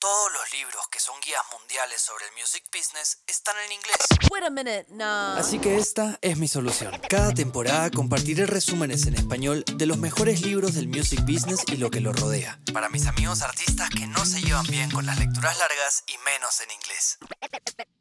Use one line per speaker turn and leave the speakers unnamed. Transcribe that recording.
Todos los libros que son guías mundiales sobre el music business están en inglés.
Wait a minute, no.
Así que esta es mi solución. Cada temporada compartiré resúmenes en español de los mejores libros del music business y lo que lo rodea. Para mis amigos artistas que no se llevan bien con las lecturas largas y menos en inglés.